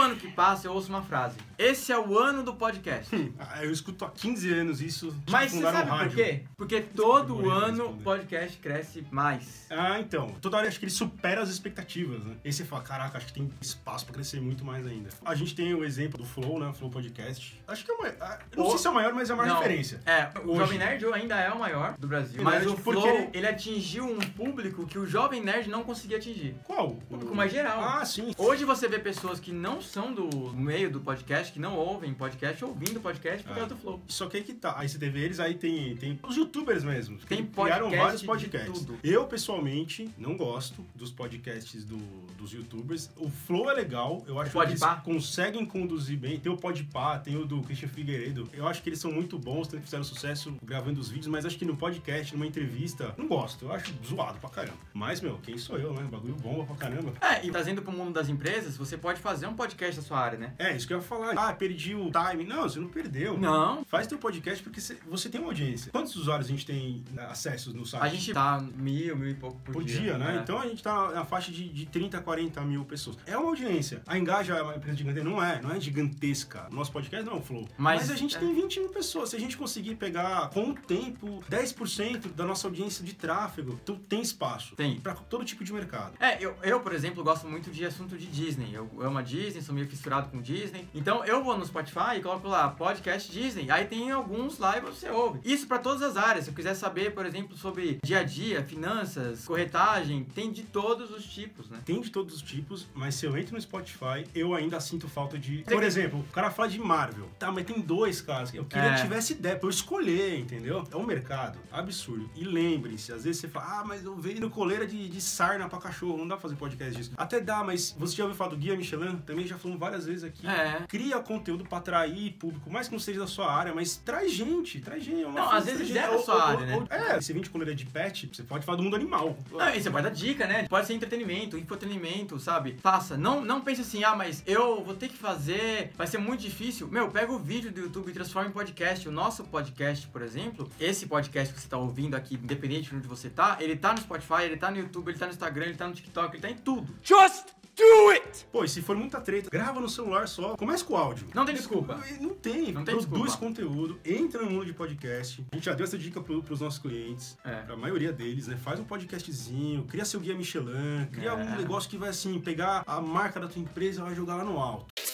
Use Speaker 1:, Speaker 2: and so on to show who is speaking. Speaker 1: ano que passa eu ouço uma frase. Esse é o ano do podcast.
Speaker 2: Ah, eu escuto há 15 anos isso. que
Speaker 1: Mas você
Speaker 2: fundaram
Speaker 1: sabe
Speaker 2: o um rádio. Tipo
Speaker 1: por quê? Porque todo
Speaker 2: Desculpa, eu ia
Speaker 1: ano o
Speaker 2: responder.
Speaker 1: podcast cresce mais.
Speaker 2: Ah, então. Toda hora acho que ele supera as expectativas, né? E aí você fala, caraca, acho que tem espaço pra crescer muito mais ainda. A gente tem o exemplo do Flow, né? Flow Podcast. Acho que é o maior. ah, eu Não
Speaker 1: O-
Speaker 2: sei se é o maior, mas é a maior
Speaker 1: Não,
Speaker 2: referência.
Speaker 1: É, o
Speaker 2: Hoje.
Speaker 1: Jovem Nerd ainda é o maior do Brasil.
Speaker 2: Jovem
Speaker 1: Mas
Speaker 2: Nerd
Speaker 1: o
Speaker 2: porque
Speaker 1: Flow,
Speaker 2: ele-
Speaker 1: ele... atingiu um público que o Jovem Nerd não conseguia atingir. Um
Speaker 2: Qual?
Speaker 1: Público mais geral.
Speaker 2: Ah, sim.
Speaker 1: Hoje você vê pessoas que não são do meio do podcast, que não ouvem podcast, ouvindo podcast por
Speaker 2: É.
Speaker 1: causa do Flow.
Speaker 2: Só que aí que tá. Aí você teve eles, aí tem, tem os youtubers mesmo. que
Speaker 1: Tem
Speaker 2: Criaram
Speaker 1: podcast
Speaker 2: vários
Speaker 1: de
Speaker 2: podcasts.
Speaker 1: tudo.
Speaker 2: Eu, pessoalmente, não gosto dos podcasts do, dos youtubers. O Flow é legal. Eu acho que eles
Speaker 1: Podpah?
Speaker 2: conseguem conduzir bem. Tem o Podpah, tem o do Christian Figueiredo. Eu acho que eles são muito bons, tanto que fizeram sucesso gravando os vídeos, mas acho que no podcast, numa entrevista, não gosto. Eu acho zoado pra caramba. Mas, meu, quem sou eu, né? Bagulho bomba pra caramba.
Speaker 1: É, e trazendo pro mundo das empresas, você pode fazer um podcast da sua área, né?
Speaker 2: É, isso que eu ia falar. Ah, perdi o time. Não, você não perdeu. né?
Speaker 1: Não.
Speaker 2: Faz teu podcast porque cê- você tem uma audiência. Quantos usuários a gente tem né, acessos no site?
Speaker 1: A gente tá mil, mil e pouco por,
Speaker 2: por dia, né?
Speaker 1: É.
Speaker 2: Então a gente tá na faixa de, de 30, 40 mil pessoas. É uma audiência. A Engaja é uma empresa gigantesca? Não é, não é gigantesca. O Nosso podcast não é um flow.
Speaker 1: Mas-
Speaker 2: a gente
Speaker 1: é.
Speaker 2: tem 20 mil pessoas. Se a gente conseguir pegar com o tempo 10% da nossa audiência de tráfego, então tem espaço.
Speaker 1: Tem.
Speaker 2: Pra todo tipo de mercado.
Speaker 1: É, eu, eu, por exemplo, gosto muito de assunto de Disney. Eu amo a Disney, sou meio fissurado com Disney. Então eu vou no Spotify e coloco lá podcast Disney. Aí tem alguns lá e você ouve. Isso pra todas as áreas. Se eu quiser saber, por exemplo, sobre dia a dia, finanças, corretagem, tem de todos os tipos, né?
Speaker 2: Tem de todos os tipos, mas se eu entro no Spotify, eu ainda sinto falta de.
Speaker 1: Tem
Speaker 2: Por
Speaker 1: é que-
Speaker 2: exemplo, o cara fala de Marvel. Tá, mas tem dois caras. Eu queria
Speaker 1: É.
Speaker 2: que tivesse ideia pra eu escolher, entendeu? É um mercado absurdo. E lembrem-se, às vezes você fala, ah, mas eu veio no coleira de, de sarna pra cachorro, não dá pra fazer podcast disso. Até dá, mas você já ouviu falar do Guia Michelin? Também já falamos várias vezes aqui.
Speaker 1: É.
Speaker 2: Cria conteúdo pra atrair público, mais que não seja da sua área, mas traz gente, traz gente. é uma
Speaker 1: Não,
Speaker 2: força,
Speaker 1: às vezes
Speaker 2: traz
Speaker 1: é
Speaker 2: gente.
Speaker 1: da
Speaker 2: Ou-
Speaker 1: sua
Speaker 2: ou-
Speaker 1: área, né? É,
Speaker 2: ou- É, você vem de coleira de pet, você pode falar do mundo animal.
Speaker 1: Não, e você pode dar dica, né? Pode ser entretenimento, infotenimento, sabe? Faça. Não, não pense assim, ah, mas eu vou ter que fazer, vai ser muito difícil. Meu, pega o vídeo do YouTube e transforma em podcast. O nosso podcast, por exemplo, esse podcast que você tá ouvindo aqui, independente de onde você tá, ele tá no Spotify, ele tá no YouTube, ele tá no Instagram, ele tá no TikTok, ele tá em tudo.
Speaker 3: Just do it!
Speaker 2: Pô, e se for muita treta, grava no celular só. Começa com áudio.
Speaker 1: Não tem desculpa.
Speaker 2: Não tem.
Speaker 1: Não tem
Speaker 2: Produz
Speaker 1: desculpa.
Speaker 2: conteúdo, entra no mundo de podcast. A gente já deu essa dica pro, pros nossos clientes.
Speaker 1: É.
Speaker 2: Pra maioria deles, né? Faz um podcastzinho, cria seu guia Michelin, cria
Speaker 1: É.
Speaker 2: um negócio que vai assim, pegar a marca da tua empresa e vai jogar lá no alto.